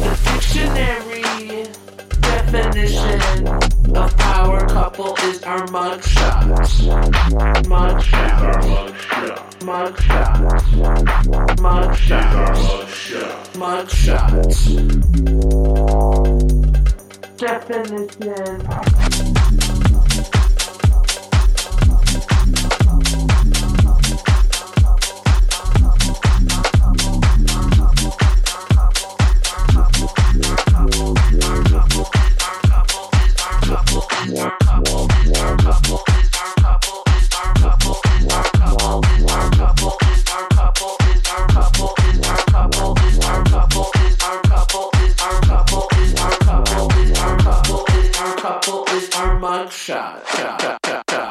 Dictionary definition of power couple is our mugshots. Mugshots. Mugshots. Mugshots. Mugshots. Definition. couple is our mugshot. Shot, shot, shot, shot.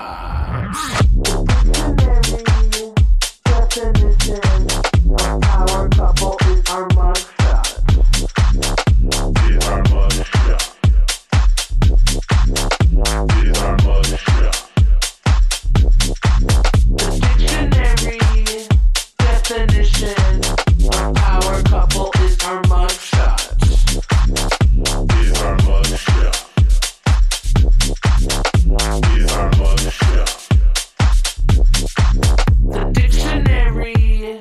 Our couple is our mugshot. The dictionary definition of our couple is our mugshots. The dictionary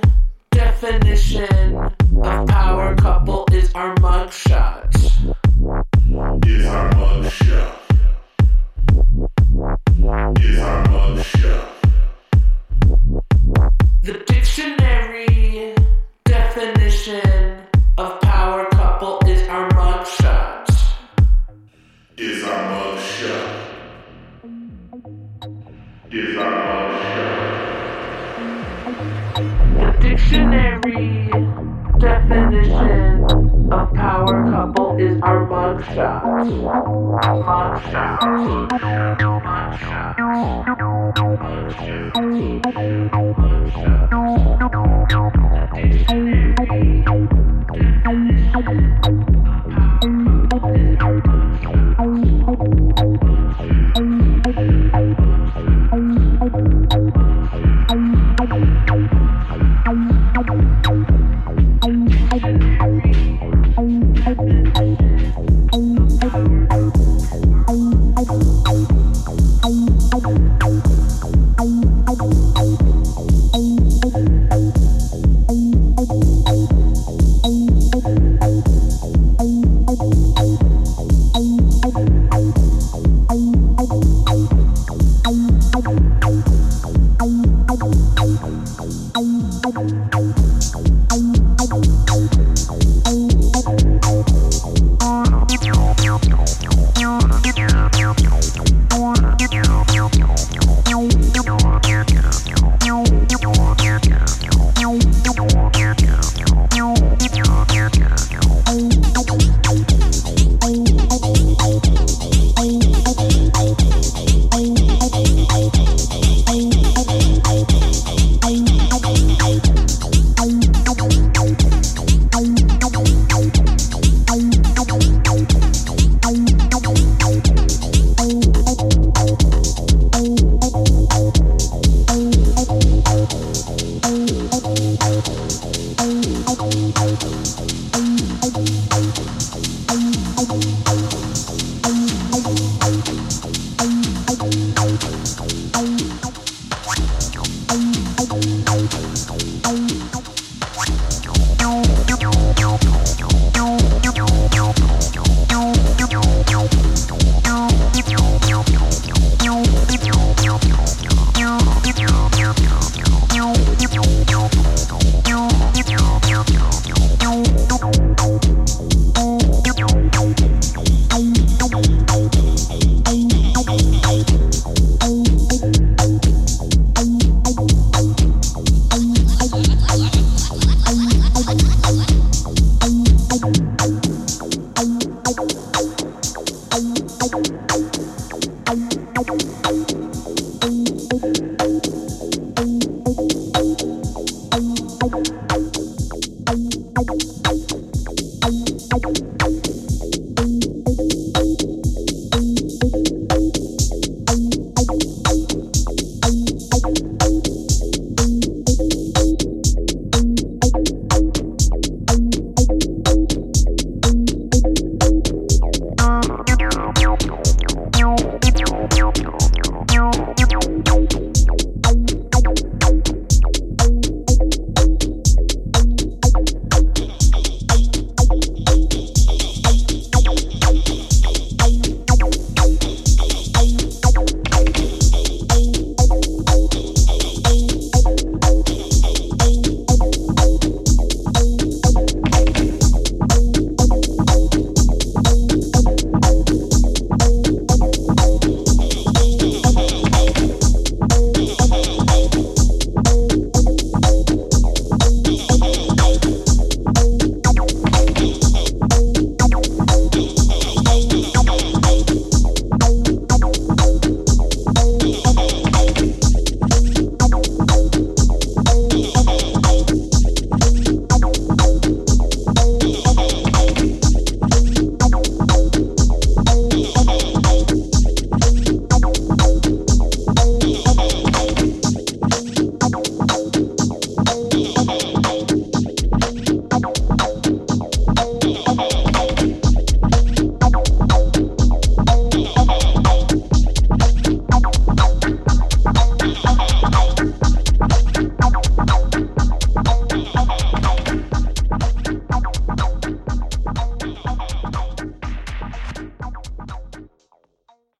definition of power couple is our mugshots. The dictionary definition of power couple is our mugshots. Is our mug shut? Is our mug shut? The dictionary definition of power couple is our mugshots. Mugshots. Mugshots. Mugshots. Mugshots. Dictionary definition